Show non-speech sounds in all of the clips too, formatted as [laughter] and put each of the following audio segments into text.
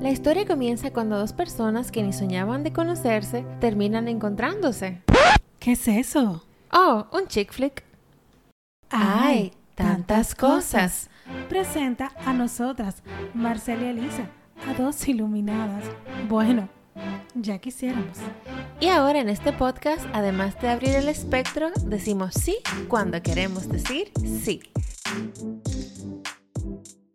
La historia comienza cuando dos personas que ni soñaban de conocerse terminan encontrándose. ¿Qué es eso? Oh, un chick flick. ¡Ay, tantas cosas! Presenta a nosotras, Marcela y Elisa, a dos iluminadas. Bueno, ya quisiéramos. Y ahora en este podcast, además de abrir el espectro, decimos sí cuando queremos decir sí.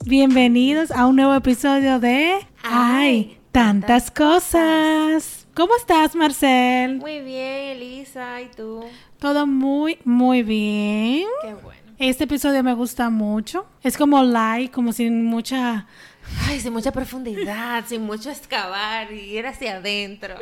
Bienvenidos a un nuevo episodio de Ay, ¡Ay, tantas cosas! ¿Cómo estás, Marcel? Muy bien, Elisa, ¿y tú? Todo muy, muy bien. Qué bueno. Este episodio me gusta mucho. Es como light, como sin mucha... Ay, sin mucha profundidad, sin mucho excavar y ir hacia adentro.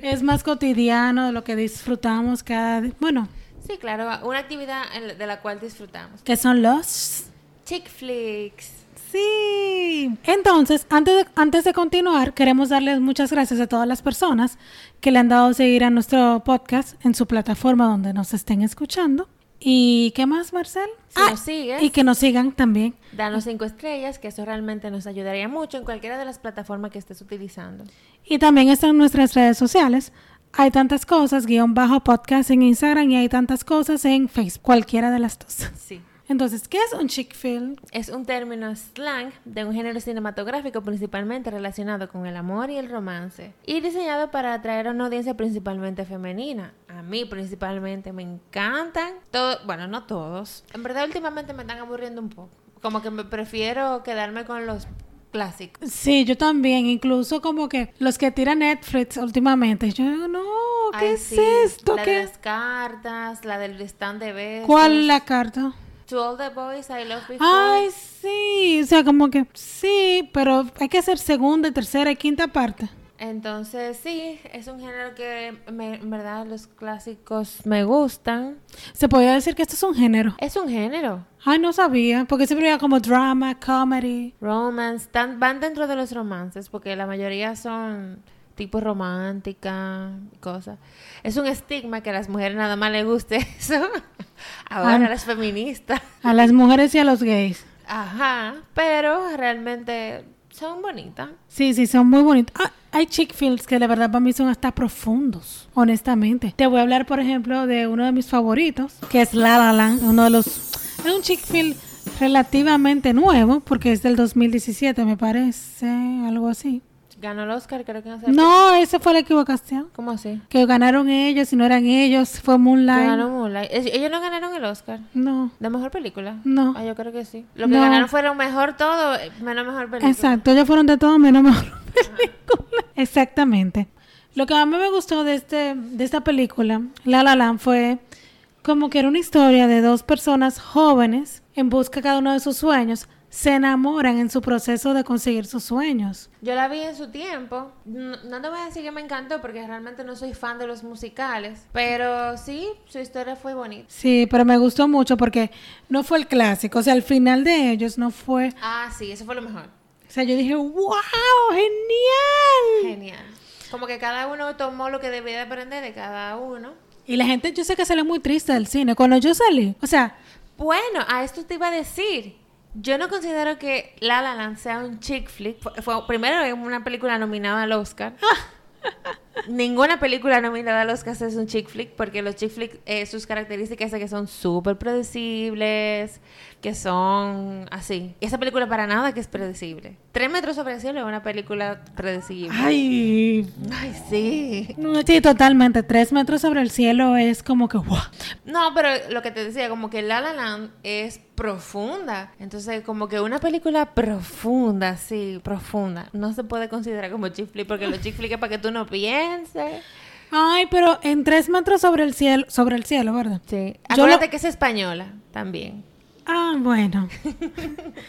Es más cotidiano de lo que disfrutamos cada... di- Bueno, Sí, claro, una actividad en la- de la cual disfrutamos. que son los... Chick flicks. Sí. Entonces, antes de, antes de continuar, queremos darles muchas gracias a todas las personas que le han dado a seguir a nuestro podcast en su plataforma donde nos estén escuchando. ¿Y qué más, Marcel? Ah, Si nos sigues. Y que nos sigan también. Danos cinco estrellas, que eso realmente nos ayudaría mucho en cualquiera de las plataformas que estés utilizando. Y también están nuestras redes sociales. Hay tantas cosas, guión bajo podcast en Instagram y hay tantas cosas en Facebook, cualquiera de las dos. Sí. Entonces, ¿qué es un chick fil? Es un término slang de un género cinematográfico principalmente relacionado con el amor y el romance y diseñado para atraer a una audiencia principalmente femenina. A mí principalmente me encantan todo, bueno, no todos. En verdad últimamente me están aburriendo un poco. Como que me prefiero quedarme con los clásicos. Sí, yo también, incluso como que los que tiran Netflix últimamente, yo no, ¿qué Ay, es sí, esto? La de ¿Qué? las cartas, la del stand de besos. ¿Cuál la carta? To all the boys I love before. Ay, sí, o sea, como que sí, pero hay que hacer segunda, tercera y quinta parte. Entonces, sí, es un género que me- en verdad los clásicos me gustan. Se podría decir que esto es un género. Es un género. Ay, no sabía, porque siempre había como drama, comedy. Romance, tan- van dentro de los romances porque la mayoría son tipo romántica, cosas. Es un estigma que a las mujeres nada más les guste [laughs] eso. Ahora Ah. las feministas. A las mujeres y a los gays. Ajá, pero realmente son bonitas. Sí, sí, son muy bonitos. Ah, hay chick films que de verdad para mí son hasta profundos, honestamente. Te voy a hablar, por ejemplo, de uno de mis favoritos, que es La La Land, uno de los... Es un chick film relativamente nuevo, porque es del 2017, me parece, algo así. Ganó el Oscar, creo que no sé. No, ese fue la equivocación. ¿Cómo así? Que ganaron ellos y no eran ellos, fue Moonlight. Ganó Moonlight. Es- Ellos no ganaron el Oscar. No, ¿De mejor película? No. Ah, yo creo que sí. Lo que No. ganaron fueron mejor todo, eh, menos mejor película. exacto, ellos fueron de todo menos [laughs] mejor película. Exactamente. Lo que a mí me gustó de, este, de esta película, La La Land, fue como que era una historia de dos personas jóvenes en busca de cada uno de sus sueños, se enamoran en su proceso de conseguir sus sueños. Yo la vi en su tiempo. No, no te voy a decir que me encantó porque realmente no soy fan de los musicales. Pero sí, su historia fue bonita. Sí, pero me gustó mucho porque no fue el clásico, o sea, el final de ellos no fue... Ah, sí, eso fue lo mejor. O sea, yo dije, wow, genial. Genial. Como que cada uno tomó lo que debía de aprender de cada uno. Y la gente, yo sé que sale muy triste del cine. Cuando yo salí, o sea, Bueno, a esto te iba a decir. Yo no considero que La La Land sea un chick flick. Fue, fue- primero es una película nominada al Oscar. [laughs] Ninguna película nominada al Oscar es un chick flick porque los chick flick, eh, sus características es que son súper predecibles, que son así. Esa película para nada que es predecible. Tres metros sobre el cielo es una película predecible. ay, Ay, sí. no, sí, totalmente. Tres metros sobre el cielo es como que, wow. No, pero lo que te decía, como que La La Land es profunda. Entonces, como que una película profunda, sí, profunda, no se puede considerar como chick flick porque los chick flick es para que tú no pienses. Ay, pero en tres metros sobre el cielo, sobre el cielo, ¿verdad? Sí. Yo Acuérdate lo- que es española también. [laughs] Ah, bueno.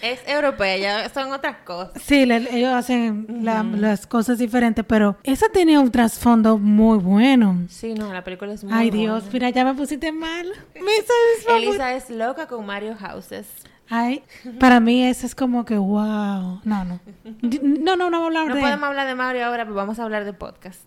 Es europea, ya son otras cosas. Sí, le- ellos hacen la- las cosas diferentes, pero esa tiene un trasfondo muy bueno. Sí, no, la película es muy Ay, Dios, buena. mira, ya me pusiste [laughs] mal. Me hizo desfavorecer. Elisa es loca con Mario Houses. Ay, para mí eso es como que, wow. [laughs] No, no. No, no, no voy a hablar No de podemos hablar de Mario ahora, pero vamos a hablar de podcast.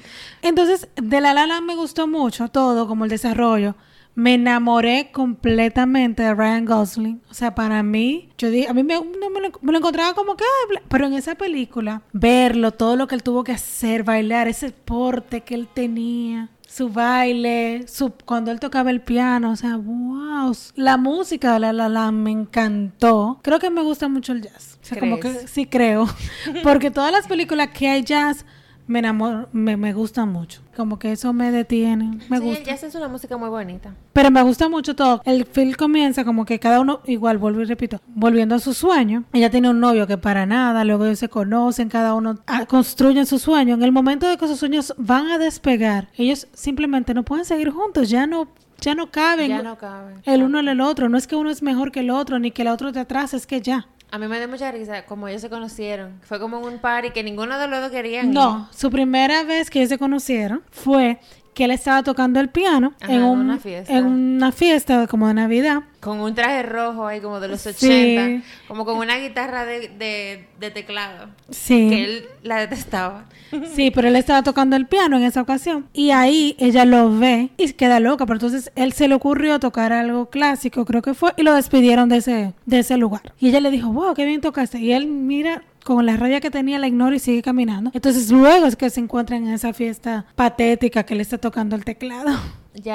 [laughs] Entonces, de La La Land me gustó mucho todo, como el desarrollo. Me enamoré completamente de Ryan Gosling. O sea, para mí, yo dije, a mí me, no, me, lo, me lo encontraba como que, ah, bla- pero en esa película, verlo, todo lo que él tuvo que hacer, bailar, ese porte que él tenía, su baile, su, cuando él tocaba el piano, o sea, wow. La música de La La Land me encantó. Creo que me gusta mucho el jazz. O sea, como ¿Crees? que [laughs] sí creo. Porque todas las películas que hay jazz me enamoro, me, me gusta mucho. Como que eso me detiene. Me sí, gusta. el jazz es una música muy bonita. Pero me gusta mucho todo. El film comienza como que cada uno, igual, vuelvo y repito, volviendo a su sueño. Ella tiene un novio que para nada, luego ellos se conocen, cada uno ah, construye su sueño. En el momento de que sus sueños van a despegar, ellos simplemente no pueden seguir juntos, ya no, ya no caben Ya no cabe. el uno en el otro. No es que uno es mejor que el otro, ni que el otro te atrás, es que ya. A mí me dio mucha risa como ellos se conocieron. Fue como en un party que ninguno de los dos querían. No, su primera vez que ellos se conocieron fue que él estaba tocando el piano Ajá, en, en un- una fiesta. en una fiesta como de Navidad. Con un traje rojo ahí como de los Sí. 80. Como con una guitarra de, de, de teclado. Sí. Que él la detestaba. [laughs] Sí, pero él estaba tocando el piano en esa ocasión. Y ahí ella lo ve y se queda loca. Pero entonces él se le ocurrió tocar algo clásico, creo que fue, y lo despidieron de ese, de ese lugar. Y ella le dijo, wow, qué bien tocaste. Y él mira con la rabia que tenía, la ignora y sigue caminando. Entonces luego es que se encuentran en esa fiesta patética que le está tocando el teclado. [laughs]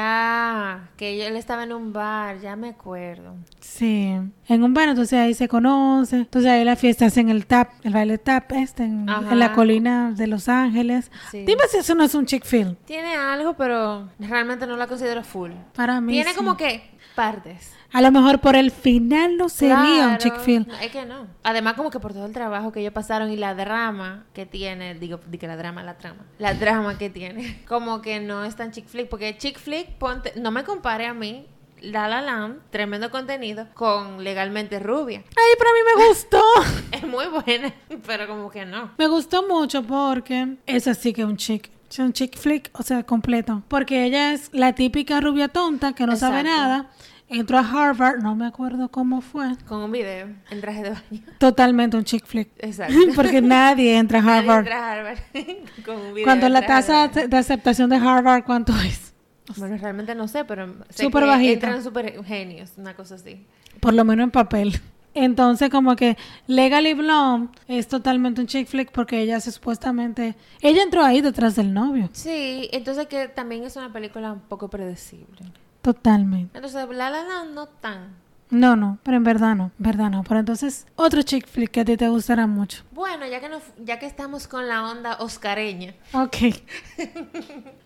Ya, que yo- él estaba en un bar, ya me acuerdo. Sí, en un bar, entonces ahí se conoce. Entonces ahí la fiesta hacen el tap, el baile tap, este, en, Ajá. en la colina de Los Ángeles. Sí. Dime si eso no es un chick film. Tiene algo, pero realmente no la considero full. Para mí. Tiene sí. como que partes. A lo mejor por el final no sería un Claro, chick film. no, Es que no. Además, como que por todo el trabajo que ellos pasaron y la drama que tiene, digo, di que la drama, la trama, la drama que tiene, [laughs] como que no es tan chick flick, porque chick flick, ponte, no me compare a mí, La La Land, tremendo contenido, con Legalmente Rubia. [laughs] Ay, pero a mí me gustó. [laughs] Es muy buena, [laughs] pero como que no. me gustó mucho porque eso sí que es un chick. Es un chick flick, o sea, completo. Porque ella es la típica rubia tonta que no sabe Exacto. nada. Entró a Harvard, no me acuerdo cómo fue. Con un video en traje de baño. Totalmente un chick flick. Exacto. [laughs] porque nadie entra a Nadie Harvard. entra a Harvard [laughs] con un video Cuando en la traje de tasa baño. de aceptación de Harvard, ¿cuánto es? Bueno, realmente no sé, pero sé Súper que bajita. entran súper genios, una cosa así. Por lo menos en papel. Entonces, como que Legally Blonde es totalmente un chick flick porque ella se supuestamente. Ella entró ahí detrás del novio. Sí, entonces que también es una película un poco predecible. Totalmente. Entonces, La La Land no tan. No, no, pero en verdad no, en verdad no. Pero entonces, otro chick flick que a ti te gustará mucho. Bueno, ya que, nos- ya que estamos con la onda oscareña, [laughs] Ok.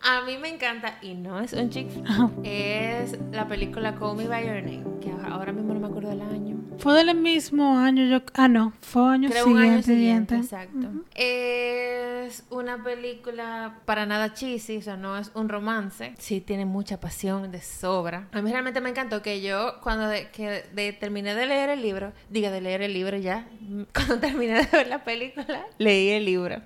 a mí me encanta, y no es un chick flick, Ajá. es la película Call Me By Your Name, que a- ahora mismo no me acuerdo del año. Fue del mismo año, yo. Ah, no, fue año Creo un siguiente. año siguiente, siguiente. exacto. Es una película para nada cheesy, o sea, no es un romance. Sí tiene mucha pasión de sobra. A mí realmente me encantó que yo, cuando de- que de- terminé de leer el libro, diga de leer el libro ya, [laughs] cuando terminé de ver la película, leí el libro.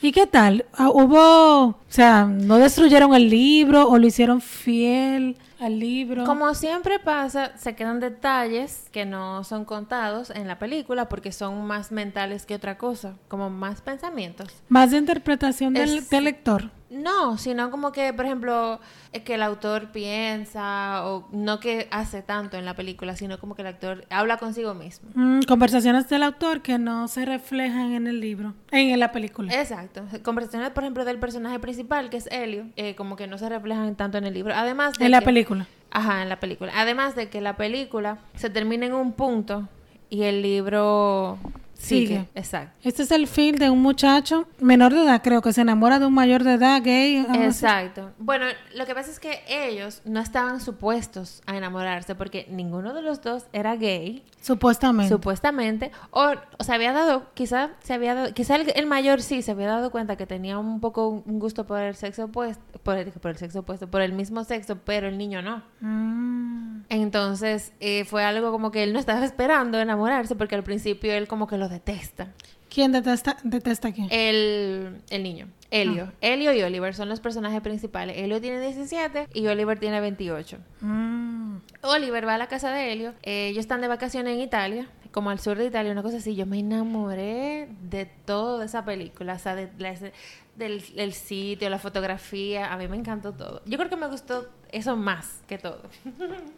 ¿Y qué tal? Ah, ¿Hubo, o sea, no destruyeron el libro o lo hicieron fiel al libro? Como siempre pasa, se quedan detalles que no son contados en la película porque son más mentales que otra cosa, como más pensamientos. Más de interpretación del, Es- del lector. No, sino como que, por ejemplo, eh, que el autor piensa o no que hace tanto en la película, sino como que el actor habla consigo mismo. Mm, conversaciones del autor que no se reflejan en el libro, en, en la película. Exacto. Conversaciones, por ejemplo, del personaje principal, que es Helio, eh, como que no se reflejan tanto en el libro. Además de en la que- película. Ajá, en la película. Además de que la película se termina en un punto y el libro sigue. Sigue. Exacto. Este es el film de un muchacho menor de edad, creo, que se enamora de un mayor de edad, gay. algo así. Exacto. Bueno, lo que pasa es que ellos no estaban supuestos a enamorarse porque ninguno de los dos era gay. Supuestamente. supuestamente o, o se había dado quizá se había dado quizá el, el mayor sí se había dado cuenta que tenía un poco un gusto por el sexo opuesto por el, por el sexo opuesto por el mismo sexo pero el niño no Mm. entonces eh, fue algo como que él no estaba [laughs] esperando enamorarse porque al principio él como que lo detesta ¿Quién detesta, detesta a quién? Eh. el, el niño Helio Helio y Oliver son los personajes principales Helio tiene 17 y Oliver tiene 28 Mm. Eh, Oliver va a la casa de Helio. ellos están de vacaciones en Italia. como al sur de Italia, una cosa así. Yo me enamoré de todo de esa película, o sea, de, de- del, del sitio, la fotografía. A mí me encantó todo. Yo creo que me gustó eso más que todo.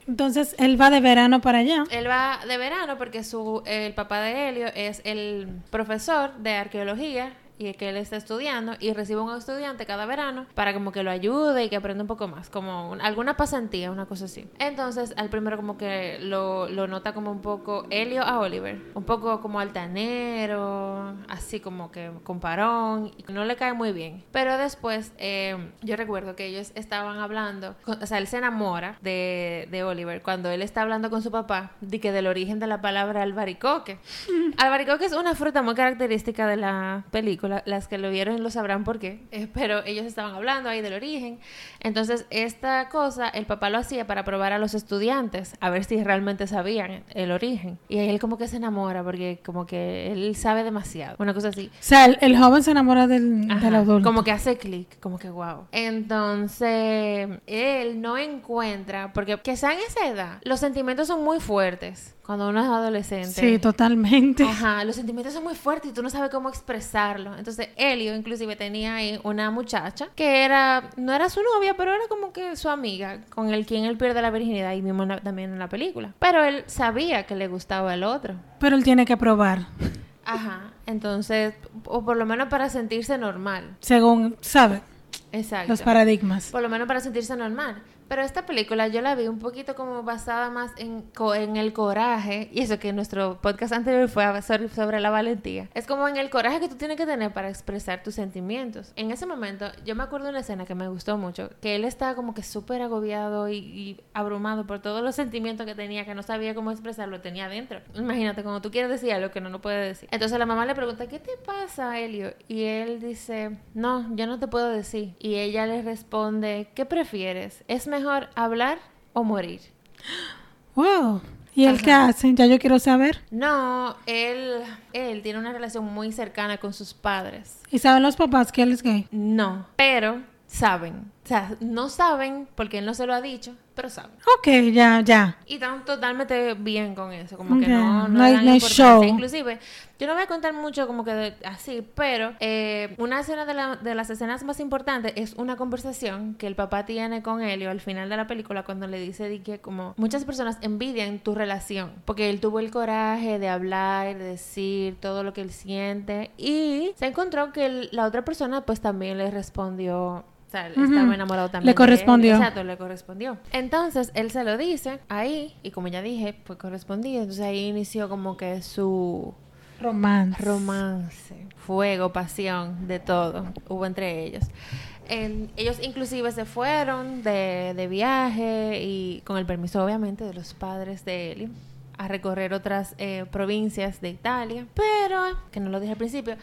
Entonces él va de verano para allá. Él va de verano porque su el papá de Helio es el profesor de arqueología y que él está estudiando y recibe un estudiante cada verano para como que lo ayude y que aprenda un poco más, como un- alguna pasantía, una cosa así. Entonces, al primero como que lo, lo nota como un poco Helio a Oliver, un poco como altanero, así como que comparón, y no le cae muy bien. Pero después, eh, yo recuerdo que ellos estaban hablando, con- o sea, él se enamora de, de Oliver cuando él está hablando con su papá de que del origen de la palabra albaricoque. albaricoque es una fruta muy característica de la película, las que lo vieron lo sabrán por qué, eh, pero ellos estaban hablando ahí del origen. Entonces, esta cosa el papá lo hacía para probar a los estudiantes, a ver si realmente sabían el origen. Y ahí él como que se enamora porque como que él sabe demasiado, una cosa así. O sea, el, el joven se enamora del, Ajá, del adulto. Como que hace clic, como que wow. Entonces, él no encuentra, porque quizá en esa edad los sentimientos son muy fuertes cuando uno es adolescente. Sí, totalmente. Ajá, los sentimientos son muy fuertes y tú no sabes cómo expresarlo. Entonces, Helio inclusive tenía ahí una muchacha que era, no era su novia, pero era como que su amiga, con el quien él pierde la virginidad y mismo en la- también en la película. Pero él sabía que le gustaba el otro. Pero él tiene que probar, Ajá, entonces, o por lo menos para sentirse normal. según, ¿sabe? Exacto. Los paradigmas. Por lo menos para sentirse normal. Pero esta película yo la vi un poquito como basada más en, co- en el coraje. Y eso que nuestro podcast anterior fue a- sobre, sobre la valentía. Es como en el coraje que tú tienes que tener para expresar tus sentimientos. En ese momento, yo me acuerdo de una escena que me gustó mucho. Que él estaba como que súper agobiado y, y abrumado por todos los sentimientos que tenía. Que no sabía cómo expresarlo. Tenía dentro. Imagínate, cuando tú quieres decir algo que no lo puedes decir. Entonces la mamá le pregunta, ¿qué te pasa, Helio? Y él dice, no, yo no te puedo decir. Y ella le responde, ¿qué prefieres? ¿Es mejor hablar o morir? Wow. ¿Y él qué hace? Ya yo quiero saber. No, él, él tiene una relación muy cercana con sus padres. ¿Y saben los papás que él es gay? No, pero saben. O sea, no saben porque él no se lo ha dicho, pero saben. Ok, ya, ya. Y están totalmente bien con eso, como Ok, que no, no, no le hay- dan no hay importancia. show. Inclusive, yo no voy a contar mucho como que de- así, pero eh, una escena de, la- de las escenas más importantes es una conversación que el papá tiene con Helio al final de la película cuando le dice de que como muchas personas envidian tu relación, porque él tuvo el coraje de hablar, de decir todo lo que él siente y se encontró que el- la otra persona pues también le respondió. O sea, Ujú. estaba enamorado también. Le de él. correspondió. Exacto, le correspondió. Entonces, él se lo dice ahí, y como ya dije, pues correspondido. Entonces ahí inició como que su Romance. romance, fuego, pasión, de todo hubo entre ellos. En- ellos inclusive se fueron de, de viaje y con el permiso obviamente de los padres de Eli a recorrer otras eh, provincias de Italia, pero, que no lo dije al principio,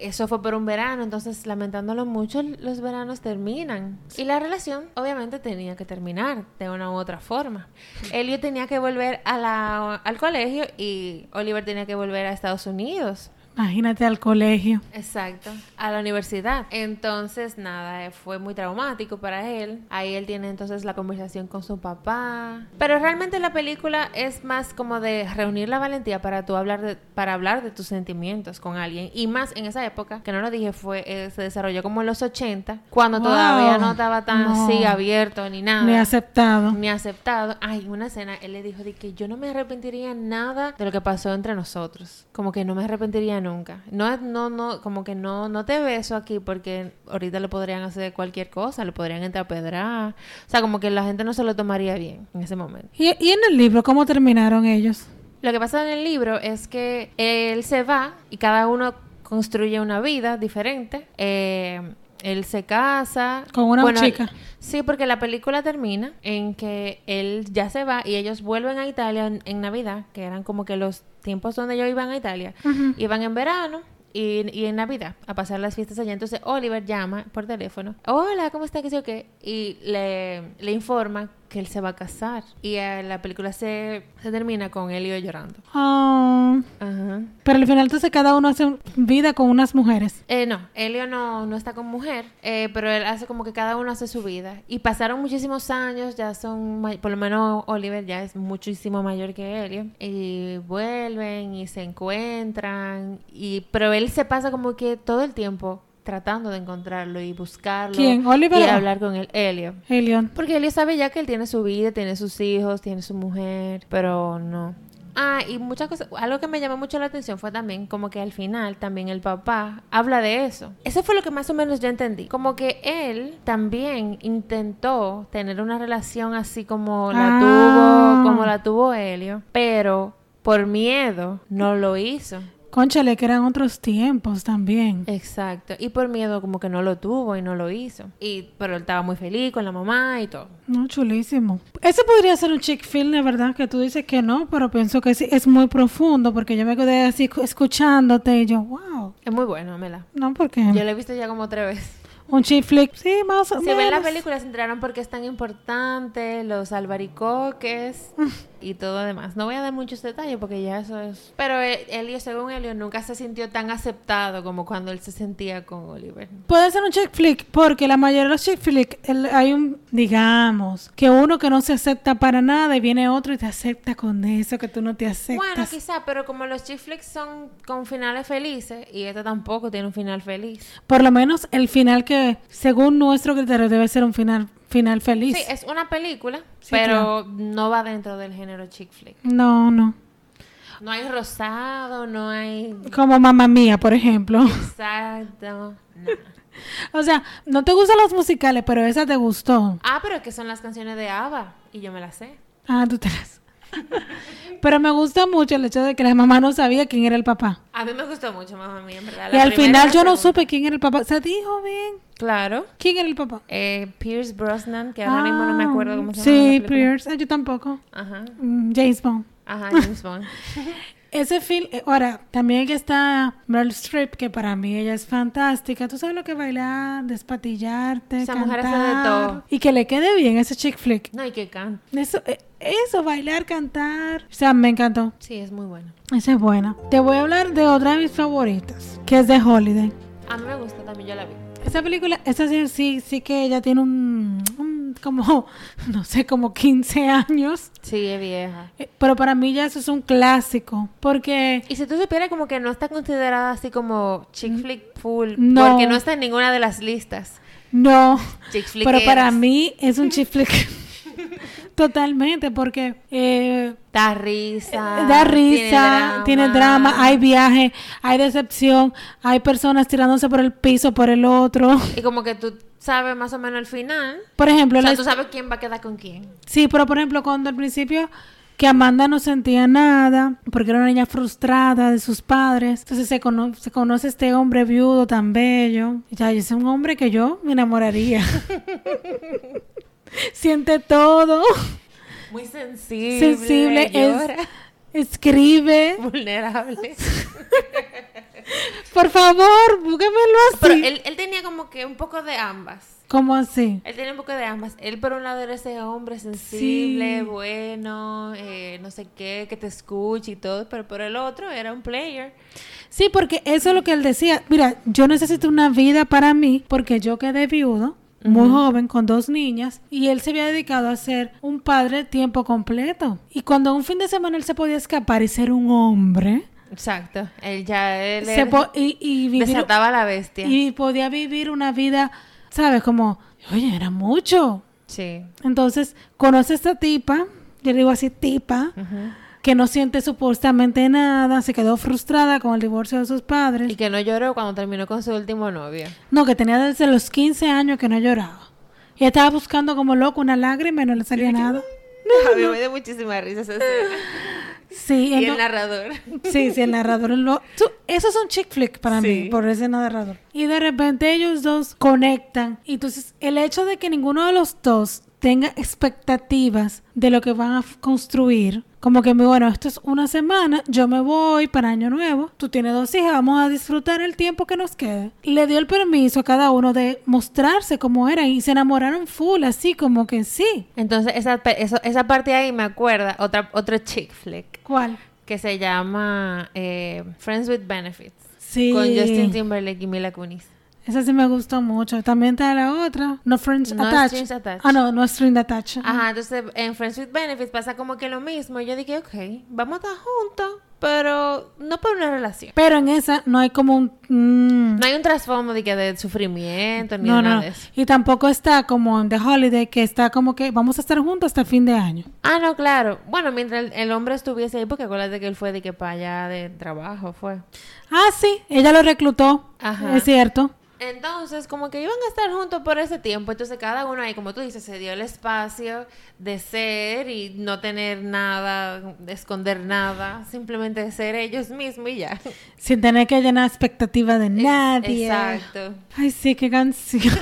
eso fue por un verano, entonces lamentándolo mucho, los veranos terminan. Y la relación obviamente tenía que terminar de una u otra forma. Elio tenía que volver a la, al colegio y Oliver tenía que volver a Estados Unidos. Imagínate al colegio. Exacto, a la universidad. Entonces, nada, eh, fue muy traumático para él. Ahí él tiene entonces la conversación con su papá. Pero realmente la película es más como de reunir la valentía para tú hablar de, para hablar de tus sentimientos con alguien. Y más en esa época, que no lo dije, fue eh, se desarrolló como en los 80, cuando Wow. todavía no estaba tan No. así abierto ni nada Me ha aceptado. me ha aceptado. Ay, una escena, él le dijo de que yo no me arrepentiría nada de lo que pasó entre nosotros. Como que no me arrepentiría nunca. No, no, no, como que no, no te beso aquí porque ahorita le podrían hacer cualquier cosa, le podrían entrar a pedrar. O sea, como que la gente no se lo tomaría bien en ese momento. ¿Y, y en el libro cómo terminaron ellos? Lo que pasa en el libro es que él se va y cada uno construye una vida diferente. Eh, él se casa. Con una chica. Sí, porque la película termina en que él ya se va y ellos vuelven a Italia en, en Navidad, que eran como que los tiempos donde ellos iban a Italia. Iban en verano. Y, y en Navidad, a pasar las fiestas allá. Entonces Oliver llama por teléfono. Hola, ¿cómo está? ¿Qué sé yo qué? Y le, le informa que él se va a casar. Y eh, la película se, se termina con Elio llorando. Oh. Ajá. Pero al final entonces cada uno hace vida con unas mujeres. Eh, no, Elio no, no está con mujer, eh, pero él hace como que cada uno hace su vida. Y pasaron muchísimos años, ya son, may- por lo menos Oliver ya es muchísimo mayor que Elio. Y vuelven y se encuentran, y pero él se pasa como que todo el tiempo tratando de encontrarlo y buscarlo. ¿Quién? ¿Oliver Y o- hablar con él, Elio. Elion. Porque Elio sabe ya que él tiene su vida, tiene sus hijos, tiene su mujer, pero no. Ah, y muchas cosas. Algo que me llamó mucho la atención fue también como que al final también el papá habla de eso. Eso fue lo que más o menos yo entendí. Como que él también intentó tener una relación así como la Ah. tuvo, como la tuvo Helio, pero por miedo no lo hizo. Conchale, que eran otros tiempos también. Eh. Exacto. Y por miedo como que no lo tuvo y no lo hizo. Y pero él estaba muy feliz con la mamá y todo. No, chulísimo. Ese podría ser un chick film, de verdad, que tú dices que no, pero pienso que sí, es muy profundo porque yo me quedé así escu- escuchándote y yo, wow. Es muy bueno, Mela. No, porque Yo lo he visto ya como tres [laughs] veces. un chick flick, sí, más o Si ven la menos. película, se enteraron por qué es tan importante, los albaricoques y todo demás. No voy a dar muchos detalles porque ya eso es... Pero eh, Elio, según Elio, nunca se sintió tan aceptado como cuando él se sentía con Oliver. Puede ser un chick flick porque la mayoría de los chick flick el- hay un, digamos, que uno que no se acepta para nada y viene otro y te acepta con eso que tú no te aceptas. Bueno, quizá, pero como los chick flicks son con finales felices y esta tampoco tiene un final feliz. Por lo menos el final que, según nuestro criterio, debe ser un final, final feliz. Sí, es una película, Sí, pero claro. no va dentro del género chick flick. No, no. No hay rosado, no hay... [laughs] Como mamá mía, por ejemplo. [laughs] Exacto. no. O sea, no te gustan los musicales, pero esa te gustó. Ah, pero que son las canciones de ABBA y yo me las sé. Ah, tú te las. [laughs] pero me gusta mucho el hecho de que la mamá no sabía quién era el papá. A mí me gustó mucho, mamá mía, en verdad. y La al primera y final la yo no segunda. supe quién era el papá. Se dijo bien. Claro. ¿Quién era el papá? Eh, Pierce Brosnan, que ahora mismo no me acuerdo cómo se llama. Ah, Sí, la película. Pierce. Ah, yo tampoco. Ajá. Mm, James Bond. Ajá, [laughs] James Bond. Ese film, eh, ahora, también aquí está Meryl Streep, que para mí ella es fantástica. Tú sabes lo que es bailar, despatillarte, Esa mujer cantar. hace de todo. Y que le quede bien ese chick flick. No, y que canta. Eso, eh, eso, bailar, cantar. O sea, me encantó. Sí, es muy bueno. Esa es buena. Te voy a hablar de otra de mis favoritas, que es The Holiday. A mí me gusta también, yo la vi. Esa película, esa sí, sí, sí que ella tiene un, un como, [laughs] no sé, como 15 años. Sí, es vieja. Eh, Pero para mí ya eso es un clásico, porque Y si tú supieras como que no está considerada así como chick flick full, Mm. No. porque no está en ninguna de las listas. no, [laughs] Chick flick pero para eres. mí es un chick [laughs] flick. Totalmente, porque eh, Da risa. da risa, tiene drama. hay viaje, hay decepción, hay personas tirándose por el piso, por el otro. Y como que tú sabes más o menos el final. Por ejemplo, O sea, la tú sabes quién va a quedar con quién. Sí, pero por ejemplo, cuando al principio que Amanda no sentía nada, porque era una niña frustrada de sus padres, entonces se, cono- se conoce este hombre viudo tan bello, y ya, es un hombre que yo me enamoraría. [laughs] Siente todo, Muy sensible. sensible, llora, [laughs] es- escribe, vulnerable. por favor, búscamelo así. Pero él, él tenía como que un poco de ambas. ¿Cómo así? Él tenía un poco de ambas. Él por un lado era ese hombre sensible, Sí. bueno, eh, no sé qué, que te escucha y todo, pero por el otro era un player. Sí, porque eso es lo que él decía. Mira, yo necesito una vida para mí porque yo quedé viudo, muy joven, con dos niñas, y él se había dedicado a ser un padre tiempo completo. Y cuando un fin de semana él se podía escapar y ser un hombre, Exacto. Él ya él se era- po- y, y vivir- desataba la bestia. y podía vivir una vida, ¿sabes? Como, oye, era mucho. Sí. Entonces, conoce a esta tipa, yo le digo así, tipa, Ujú. que no siente supuestamente nada, se quedó frustrada con el divorcio de sus padres. Y que no lloró cuando terminó con su último novio. No, que tenía desde los 15 años que no lloraba. Y estaba buscando como loco una lágrima y no le salía nada. [laughs] A mí me dio muchísima risa esa escena. Sí, Y el ento- narrador. sí, sí, el narrador. lo- tú- eso es un chick flick para Sí. mí, por ese narrador. Y de repente ellos dos conectan. Y entonces el hecho de que ninguno de los dos tenga expectativas de lo que van a f- construir. Como que, bueno, esto es una semana, yo me voy para Año Nuevo, tú tienes dos hijas, vamos a disfrutar el tiempo que nos quede. Le dio el permiso a cada uno de mostrarse como eran y se enamoraron full, así como que sí. Entonces, esa, pe- eso- esa parte ahí me acuerda otra, otro chick flick ¿Cuál? que se llama eh, Friends with Benefits Sí. con Justin Timberlake y Mila Kunis. Esa sí me gustó mucho. También está la otra. No Friends No Attached. Strings Attached. Ah. Ah, no, no Strings Attached. Ajá, entonces en Friends with Benefits pasa como que lo mismo. Yo dije, ok, vamos a estar juntos, pero no por una relación. Pero en esa no hay como un... mm, No hay un trasfondo de, que de sufrimiento ni no, nada no. de eso. Y tampoco está como en The Holiday, que está como que vamos a estar juntos hasta el fin de año. Ah, no, claro. Bueno, mientras el, el hombre estuviese ahí, porque acuérdate que él fue de que para allá de trabajo fue. Ah, sí, ella lo reclutó. Ajá. Es cierto. Entonces, como que iban a estar juntos por ese tiempo, entonces cada uno ahí, como tú dices, se dio el espacio de ser y no tener nada, de esconder nada, simplemente ser ellos mismos y ya. Sin tener que llenar expectativa de nadie. Exacto. Ay, sí, qué canción.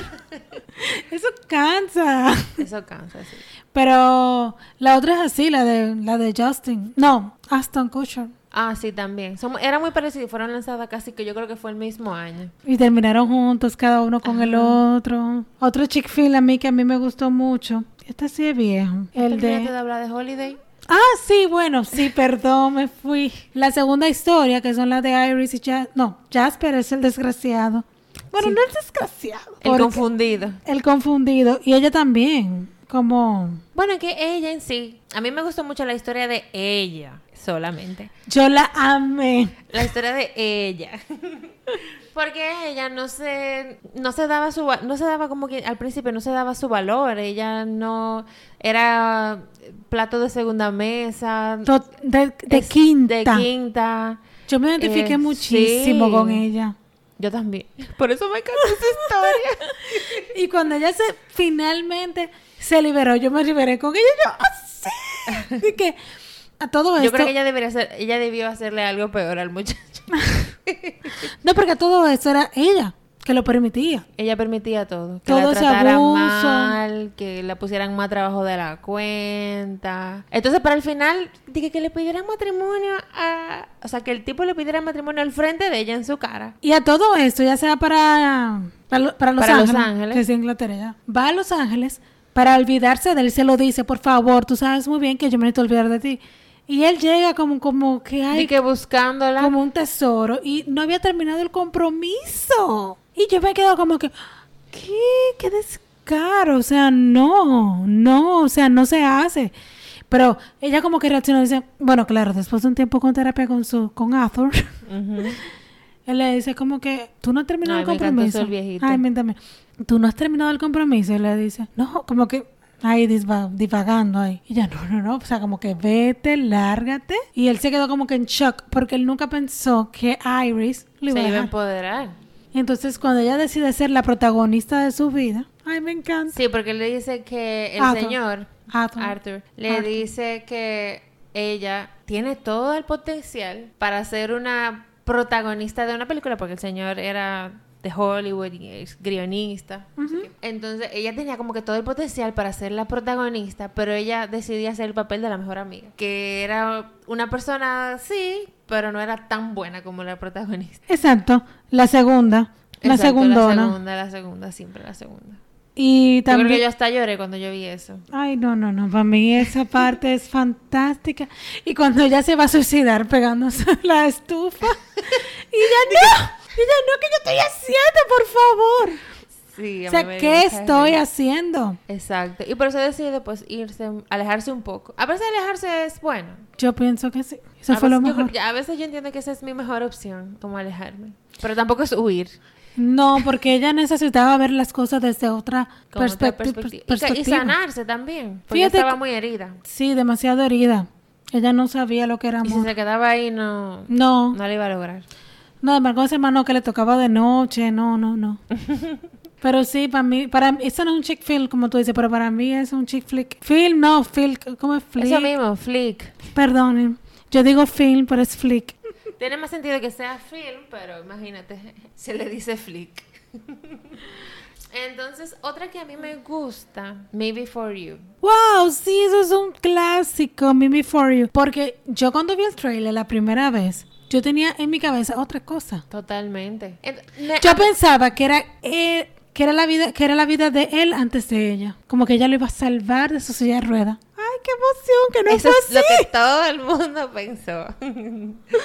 [laughs] Eso cansa. Eso cansa, sí. Pero la otra es así, la de, la de Justin. No, Aston Kutcher. Ah, sí, también. Son- era muy parecido, fueron lanzadas casi que yo creo que fue el mismo año. Y terminaron juntos, cada uno con el otro. Otro chick fil a mí que a mí me gustó mucho. Este sí es viejo. El ¿Terminaste de... de hablar de Holiday? Ah, sí, bueno, sí, perdón, me fui. La segunda historia, que son las de Iris y Jasper. No, Jasper es el desgraciado. Bueno, no el desgraciado. El porque- confundido. el confundido. Y ella también, como... Bueno, que ella en sí, a mí me gustó mucho la historia de ella solamente. Yo la amé. La historia de ella. [laughs] Porque ella no se, no se daba su, va- no se daba como que al principio no se daba su valor. Ella no era plato de segunda mesa. To- De, de es- quinta. De quinta. Yo me identifiqué Eh, muchísimo sí. con ella. Yo también. [laughs] Por eso me encanta esa historia. [laughs] Y cuando ella se finalmente se liberó, yo me liberé con ella. y Yo así. Así que a todo esto. Yo creo que ella debería hacer, ella debió hacerle algo peor al muchacho. No, porque a todo esto era ella que lo permitía. Ella permitía todo. Que Todo la ese trataran abuso. mal, que la pusieran más trabajo de la cuenta. Entonces, para el final, dije que le pidieran matrimonio a... O sea, que el tipo le pidiera matrimonio al frente de ella en su cara. Y a todo esto, ya sea para, para, lo- para Los Para Los Ángeles, Ángeles. que es Inglaterra, ya. va a Los Ángeles para olvidarse de él, se lo dice, por favor, tú sabes muy bien que yo me necesito olvidar de ti. Y él llega como, como que hay Y que buscándola... como un tesoro y no había terminado el compromiso. Y yo me quedo como que, ¿qué? ¿Qué descaro? O sea, no, no, o sea, no se hace. Pero ella como que reaccionó y dice, bueno, claro, después de un tiempo con terapia con su, con Arthur, [laughs] Ujú. él le dice como que, tú no has terminado Ay, el me encantó compromiso. eso, el viejito. Ay, me también. Tú no has terminado el compromiso. Y le dice, no, como que ahí disva- divagando ahí. Y ella, no, no, no. O sea, como que vete, lárgate. Y él se quedó como que en shock porque él nunca pensó que Iris le Se iba iba a a dejar. empoderar. Entonces, cuando ella decide ser la protagonista de su vida, ay, me encanta. Sí, porque él le dice que el Arthur. señor... Arthur. Arthur. Le Arthur. dice que ella tiene todo el potencial para ser una protagonista de una película, porque el señor era de Hollywood y es guionista. no sé qué. Entonces, ella tenía como que todo el potencial para ser la protagonista, pero ella decidía hacer el papel de la mejor amiga, que era una persona, sí, pero no era tan buena como la protagonista. Exacto. La segunda. la Exacto, segundona. La segunda, la segunda, siempre la segunda. Y Yo creo también... que yo hasta lloré cuando yo vi eso. Ay, no, no, no, para mí esa parte es fantástica. Y cuando ella se va a suicidar pegándose [laughs] a la estufa, y ya no, y ya no, ¿qué yo estoy haciendo, por favor? Sí, a O sea, mí me dio ¿qué mucha estoy risa. haciendo? Exacto. Y por eso decide pues irse, alejarse un poco. A veces alejarse es bueno. Yo pienso que sí, eso a, fue veces lo Ah, pues yo creo- mejor. ya, a veces yo entiendo que esa es mi mejor opción, como alejarme. Pero tampoco es huir. No, porque ella necesitaba ver las cosas desde otra, Con otra perspecti- pers- perspectiva. Y ca- Y, perspectiva. sanarse también. Porque Fíjate estaba cu- muy herida. Sí, demasiado herida. Ella no sabía lo que era Y si amor. se quedaba ahí no, No, no le iba a lograr. No, además con ese hermano que le tocaba de noche, no, [laughs] no, no. pero sí, para mí, para mí, eso no es un chick film, como tú dices, pero para mí es un chick flick. Film, no, film, ¿cómo es flick? Eso mismo, flick. Perdonen, yo digo film, pero es flick. Tiene más [laughs] sentido que sea film, pero imagínate, se le dice flick. [laughs] Entonces, otra que a mí me gusta, Maybe For You. Wow, sí, eso es un clásico, Me Before You. Porque yo cuando vi el trailer la primera vez, yo tenía en mi cabeza otra cosa. Totalmente. Ent- me- Yo Eh, a- pensaba que era él- que era la vida, que era la vida de él antes de ella. Como que ella lo iba a salvar de su silla de rueda. Ay, qué emoción, que no Eso fue es así. lo que todo el mundo [laughs] pensó.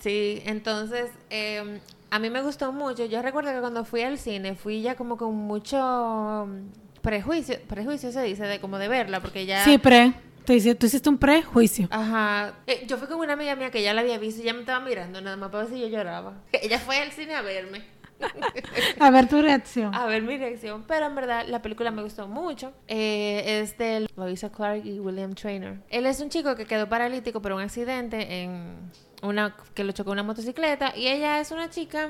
sí, entonces eh, a mí me gustó mucho. Yo recuerdo que cuando fui al cine fui ya como con mucho mm, prejuicio, prejuicio se dice, de como de verla, porque ya... Sí, pre. Tú hiciste, tú hiciste un prejuicio. Ajá. Eh, yo fui con una amiga mía que ya la había visto y ya me estaba mirando nada más para ver si yo lloraba. [laughs] Ella fue al cine a verme. A ver tu reacción. A ver mi reacción, pero en verdad la película me gustó mucho. Eh, es de Loisa Clark y William Trainer. Él es un chico que quedó paralítico por un accidente en una que lo chocó una motocicleta y ella es una chica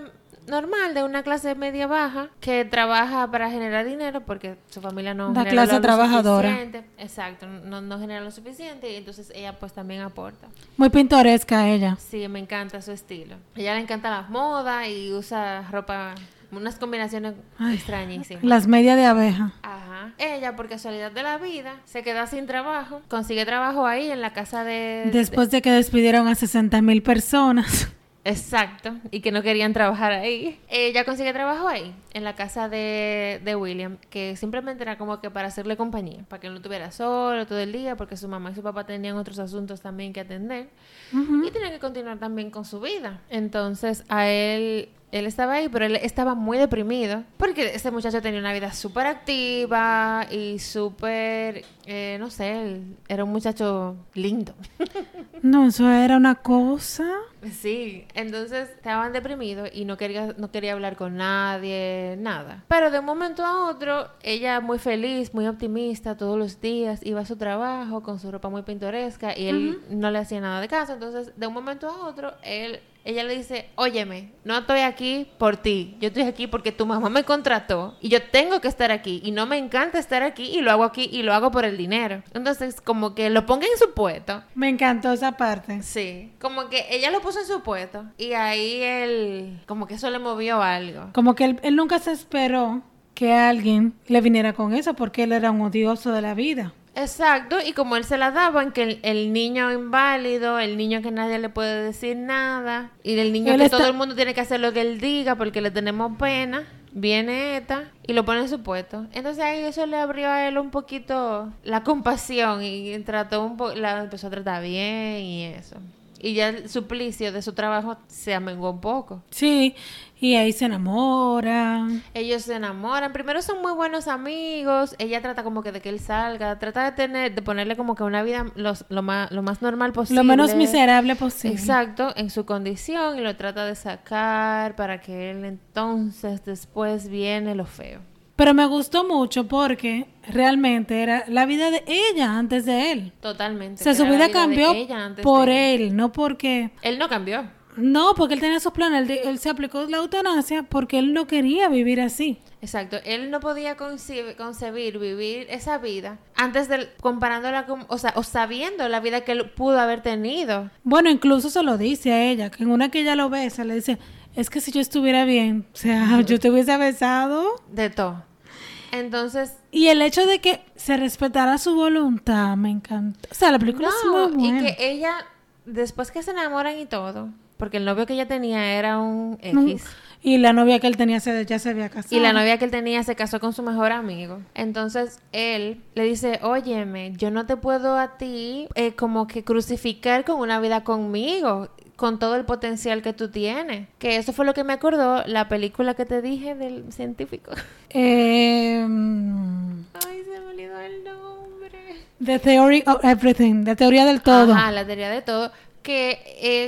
normal de una clase media baja que trabaja para generar dinero porque su familia no Una genera clase lo trabajadora. suficiente. exacto no, no genera lo suficiente y entonces ella pues también aporta Muy pintoresca ella. Sí, me encanta su estilo. A ella le encanta las modas y usa ropa, unas combinaciones Ay, extrañísimas. Las medias de abeja. Ajá. Ella, por casualidad de la vida, se queda sin trabajo, consigue trabajo ahí en la casa de... Después de que despidieron a 60 [laughs] mil personas. Exacto, y que no querían trabajar ahí. Ella consigue trabajo ahí, en la casa de, de William, que simplemente era como que para hacerle compañía, para que no estuviera solo todo el día, porque su mamá y su papá tenían otros asuntos también que atender. Y tenía que continuar también con su vida. Entonces a él, él estaba ahí, pero él estaba muy deprimido, porque ese muchacho tenía una vida súper activa y súper, eh, no sé, él era un muchacho lindo. No, eso era una cosa. Sí, entonces estaban deprimidos y no quería, no quería hablar con nadie, nada. Pero de un momento a otro, ella muy feliz, muy optimista, todos los días iba a su trabajo con su ropa muy pintoresca y él no le hacía nada de caso. Entonces, de un momento a otro, él, ella le dice, óyeme, no estoy aquí por ti, yo estoy aquí porque tu mamá me contrató y yo tengo que estar aquí y no me encanta estar aquí y lo hago aquí y lo hago por el dinero. Entonces, como que lo ponga en su puesto. Me encantó esa parte. Sí, como que ella lo puso en su puesto y ahí él, como que eso le movió algo. Como que él, él nunca se esperó que alguien le viniera con eso porque él era un odioso de la vida. Exacto, y como él se la daban, que el, el niño inválido, el niño que nadie le puede decir nada, y el niño Él que está- todo el mundo tiene que hacer lo que él diga porque le tenemos pena, viene ETA y lo pone en su puesto. Entonces ahí eso le abrió a él un poquito la compasión y trató un po- la empezó a tratar bien y eso. Y ya el suplicio de su trabajo se amengó un poco. Sí, y ahí se enamora. Ellos se enamoran. Primero son muy buenos amigos. Ella trata como que de que él salga. Trata de tener, de ponerle como que una vida los- lo, más, lo más normal posible. Lo menos miserable posible. Exacto, en su condición y lo trata de sacar para que él entonces después viene lo feo. Pero me gustó mucho porque realmente era la vida de ella antes de él. O Totalmente. sea, que su era la vida de cambió ella antes por de él, no porque... Él no cambió. No, porque él tenía sus planes. Él, de- él se aplicó la eutanasia porque él no quería vivir así. Exacto, él no podía concib- concebir vivir esa vida antes de comparándola con, o sea, o sabiendo la vida que él pudo haber tenido. Bueno, incluso se lo dice a ella, que en una que ella lo besa, le dice, es que si yo estuviera bien, o sea, [laughs] yo te hubiese besado. De todo. Entonces, Y el hecho de que se respetara su voluntad, me encantó. O sea, la película no, es muy buena. y que ella, después que se enamoran y todo, porque el novio que ella tenía era un X. No, y la novia que él tenía se- ya se había casado. Y la novia que él tenía se casó con su mejor amigo. Entonces él le dice, óyeme, yo no te puedo a ti eh, como que crucificar con una vida conmigo, con todo el potencial que tú tienes. Que eso fue lo que me acordó la película que te dije del científico. [laughs] Eh, mm, Ay, se me olvidó el nombre. the Theory of Everything, la teoría del todo. Ajá, la teoría de todo. Que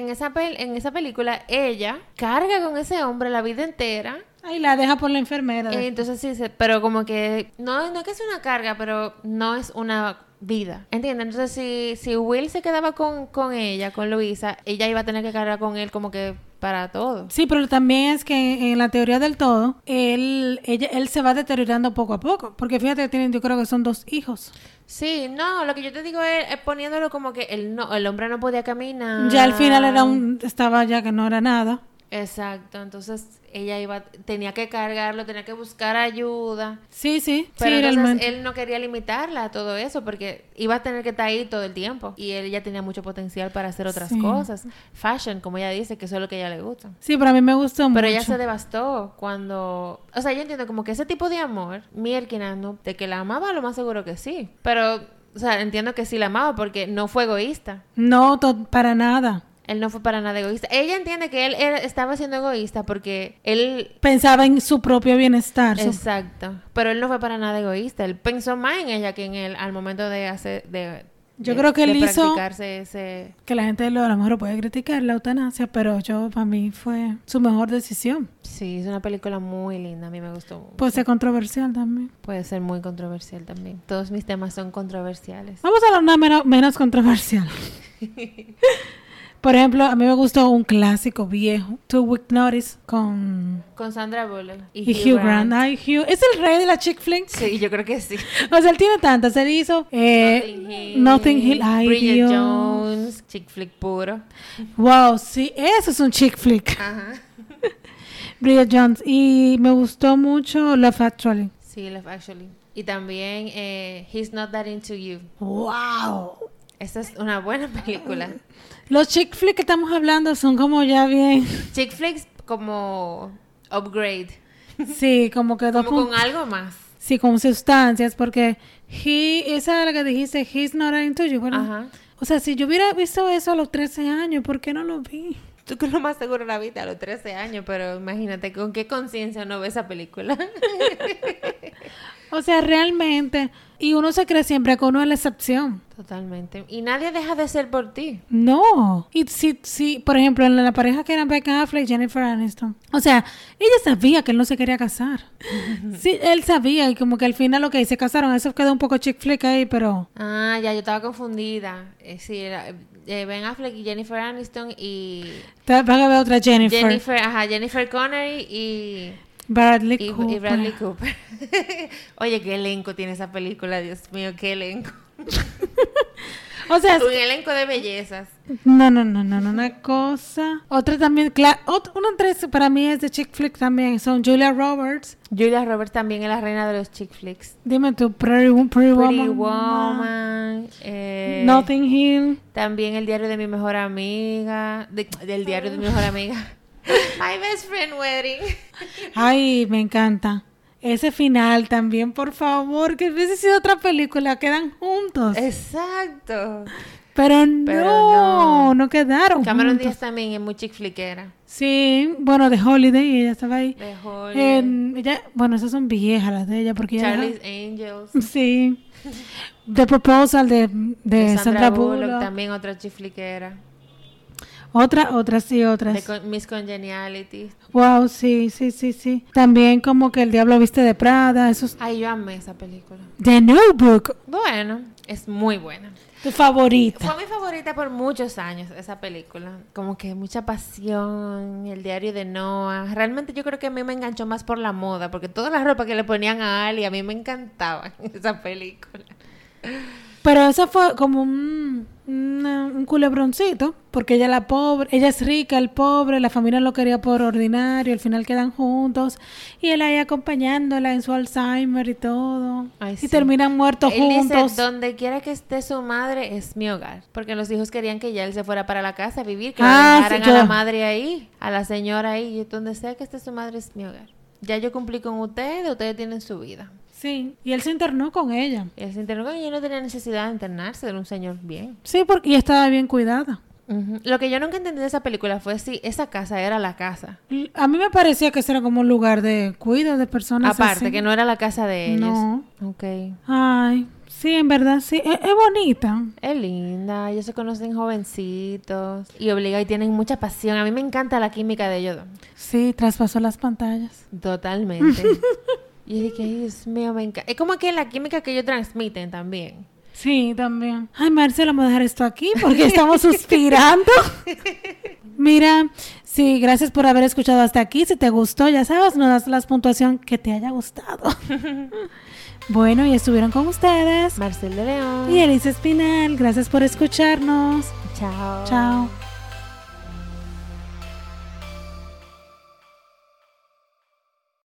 en esa, pel- en esa película ella carga con ese hombre la vida entera. Ay, la deja por la enfermera. Eh, entonces sí, se- pero como que no, no es que es una carga, pero no es una vida. ¿Entiendes? Entonces si, si Will se quedaba con, con ella, con Luisa, ella iba a tener que cargar con él como que para todo. Sí, pero también es que en, en la teoría del todo, él, ella, él se va deteriorando poco a poco. Porque fíjate que tienen, yo creo que son dos hijos. Sí, no, lo que yo te digo es, es poniéndolo como que el, no, el hombre no podía caminar. Ya al final era un, estaba ya que no era nada. Exacto, entonces ella iba, tenía que cargarlo, tenía que buscar ayuda. Sí, sí, Pero sí, entonces realmente. él no quería limitarla a todo eso porque iba a tener que estar ahí todo el tiempo. Y él ya tenía mucho potencial para hacer otras Sí. cosas. Fashion, como ella dice, que eso es lo que a ella le gusta. Sí, pero a mí me gustó mucho. Pero ella se devastó cuando... O sea, yo entiendo como que ese tipo de amor, Mierkina, no, de que la amaba, lo más seguro que sí. Pero, o sea, entiendo que sí la amaba porque no fue egoísta. No, to- para nada. Él no fue para nada egoísta. Ella entiende que él era- estaba siendo egoísta porque él... Pensaba en su propio bienestar. su- Exacto. Pero él no fue para nada egoísta. Él pensó más en ella que en él al momento de hacer... De, Yo de- creo que de él hizo- practicarse ese... Que la gente lo, a lo mejor puede criticar la eutanasia, pero yo, para mí, fue su mejor decisión. Sí, es una película muy linda. A mí me gustó mucho. Puede ser Pues controversial también. Puede ser muy controversial también. Todos mis temas son controversiales. Vamos a hablar una meno- [laughs] menos controversial. Por ejemplo, a mí me gustó un clásico viejo, Two Week Notice, con Con Sandra Bullock y Hugh Grant. ah. Ay, Hugh. Es el rey de la chick flick. Sí, yo creo que sí. O sea, él tiene tantas. Él hizo [laughs] eh, Nothing Hill. Nothing Hill. Ay, Bridget Dios. Jones. Chick flick puro. Wow, sí, eso es un chick flick. Ajá. Bridget Jones. Y me gustó mucho Love Actually. Sí, Love Actually. Y también eh, He's Not That Into You. Wow. Esta es una buena película. Los chick flick que estamos hablando son como ya bien. [laughs] Chick flicks como upgrade. Sí, como que dos Como puntos. con algo más. Sí, con sustancias, porque he, esa es la que dijiste, he's not into you, ¿verdad? Ajá. O sea, si yo hubiera visto eso a los 13 años, ¿por qué no lo vi? Tú que lo más seguro la viste a los 13 años, pero imagínate con qué conciencia no ve esa película. [laughs] O sea, realmente, y uno se cree siempre que uno es la excepción. Totalmente. Y nadie deja de ser por ti. No. Y si, si, por ejemplo, en la pareja que eran Ben Affleck y Jennifer Aniston. O sea, ella sabía que él no se [laughs] quería casar. Sí, él sabía y como que al final lo que se casaron, eso quedó un poco chick flick ahí, pero... Ah, ya, yo estaba confundida. Eh, sí, era, eh, Ben Affleck y Jennifer Aniston y... te- Van a ver otra Jennifer. Jennifer, ajá, Jennifer Connery y, Bradley y- y Cooper. Bradley Cooper. [laughs] Oye, qué elenco tiene esa película, Dios mío, qué [laughs] elenco. O sea, Un elenco de bellezas. No, no, no, no, no, una cosa. Otra también, claro, una tres para mí es de chick flick también, son Julia Roberts. Julia Roberts también es la reina de los chick flicks. Dime tú, Prairie, Wo- Pretty Pretty Woman. Woman. eh, Nothing Hill. También el diario de mi mejor amiga. de- del diario de mi mejor [laughs] amiga. My best friend wedding. Ay, me encanta. Ese final también, por favor, que hubiese sido otra película, quedan juntos. Eh, Exacto. Pero no, no, no. quedaron. Cameron juntos. Díaz también es muy chick flickera. Sí, bueno, de Holiday, ella estaba ahí. De Hollywood. En- ella- bueno, esas son viejas las de ella, porque ella- Charlie's Angels. Sí. The Proposal de, de de Sandra, Bullock. También otra chifliquera. Otra, otras y De otras. con- Miss Congeniality. Wow, sí, sí, sí, sí. También como que El Diablo Viste de Prada, esos. Ay, yo amé esa película. The Notebook, Bueno, es muy buena. tu favorita. Fue mi favorita por muchos años esa película. Como que mucha pasión, el diario de Noah. Realmente yo creo que a mí me enganchó más por la moda, porque toda la ropa que le ponían a Ali, a mí me encantaba [laughs] esa película. Pero esa fue como un, una- un culebroncito, porque ella la pobre, ella es rica, el pobre, la familia lo quería por ordinario, al final quedan juntos y él ahí acompañándola en su Alzheimer y todo. Ay, y sí. terminan muertos Él juntos. dice, donde quiera que esté su madre es mi hogar. Porque los hijos querían que ya él se fuera para la casa a vivir, que Ah, la dejaran sí, a la yo- madre ahí, a la señora ahí. Y donde sea que esté su madre es mi hogar. Ya yo cumplí con ustedes, ustedes tienen su vida. Sí, y él se internó con ella. Y él se internó con- y yo no tenía necesidad de internarse, era un señor bien. Sí, porque ella estaba bien cuidada. Ujú. Lo que yo nunca entendí de esa película fue si esa casa era la casa. L- A mí me parecía que ese era como un lugar de cuidado de personas. Aparte, así. que no era la casa de ellos. No. Ok. Ay, sí, en verdad, sí. e-, Es, es bonita. Es linda, ellos se conocen jovencitos y obliga y tienen mucha pasión. A mí me encanta la química de ellos dos. Sí, traspasó las pantallas. [laughs] Totalmente. y yo dije, "Ay, Dios mío, me encanta. Es como que la química que ellos transmiten también. Sí, también. Ay, Marcela, vamos a dejar esto aquí porque [laughs] estamos suspirando. Mira, sí, gracias por haber escuchado hasta aquí. Si te gustó, ya sabes, nos das la puntuación que te haya [laughs] gustado. bueno, y estuvieron con ustedes. Marcel de León. Y Elisa Espinal, gracias por escucharnos. Chao. Chao.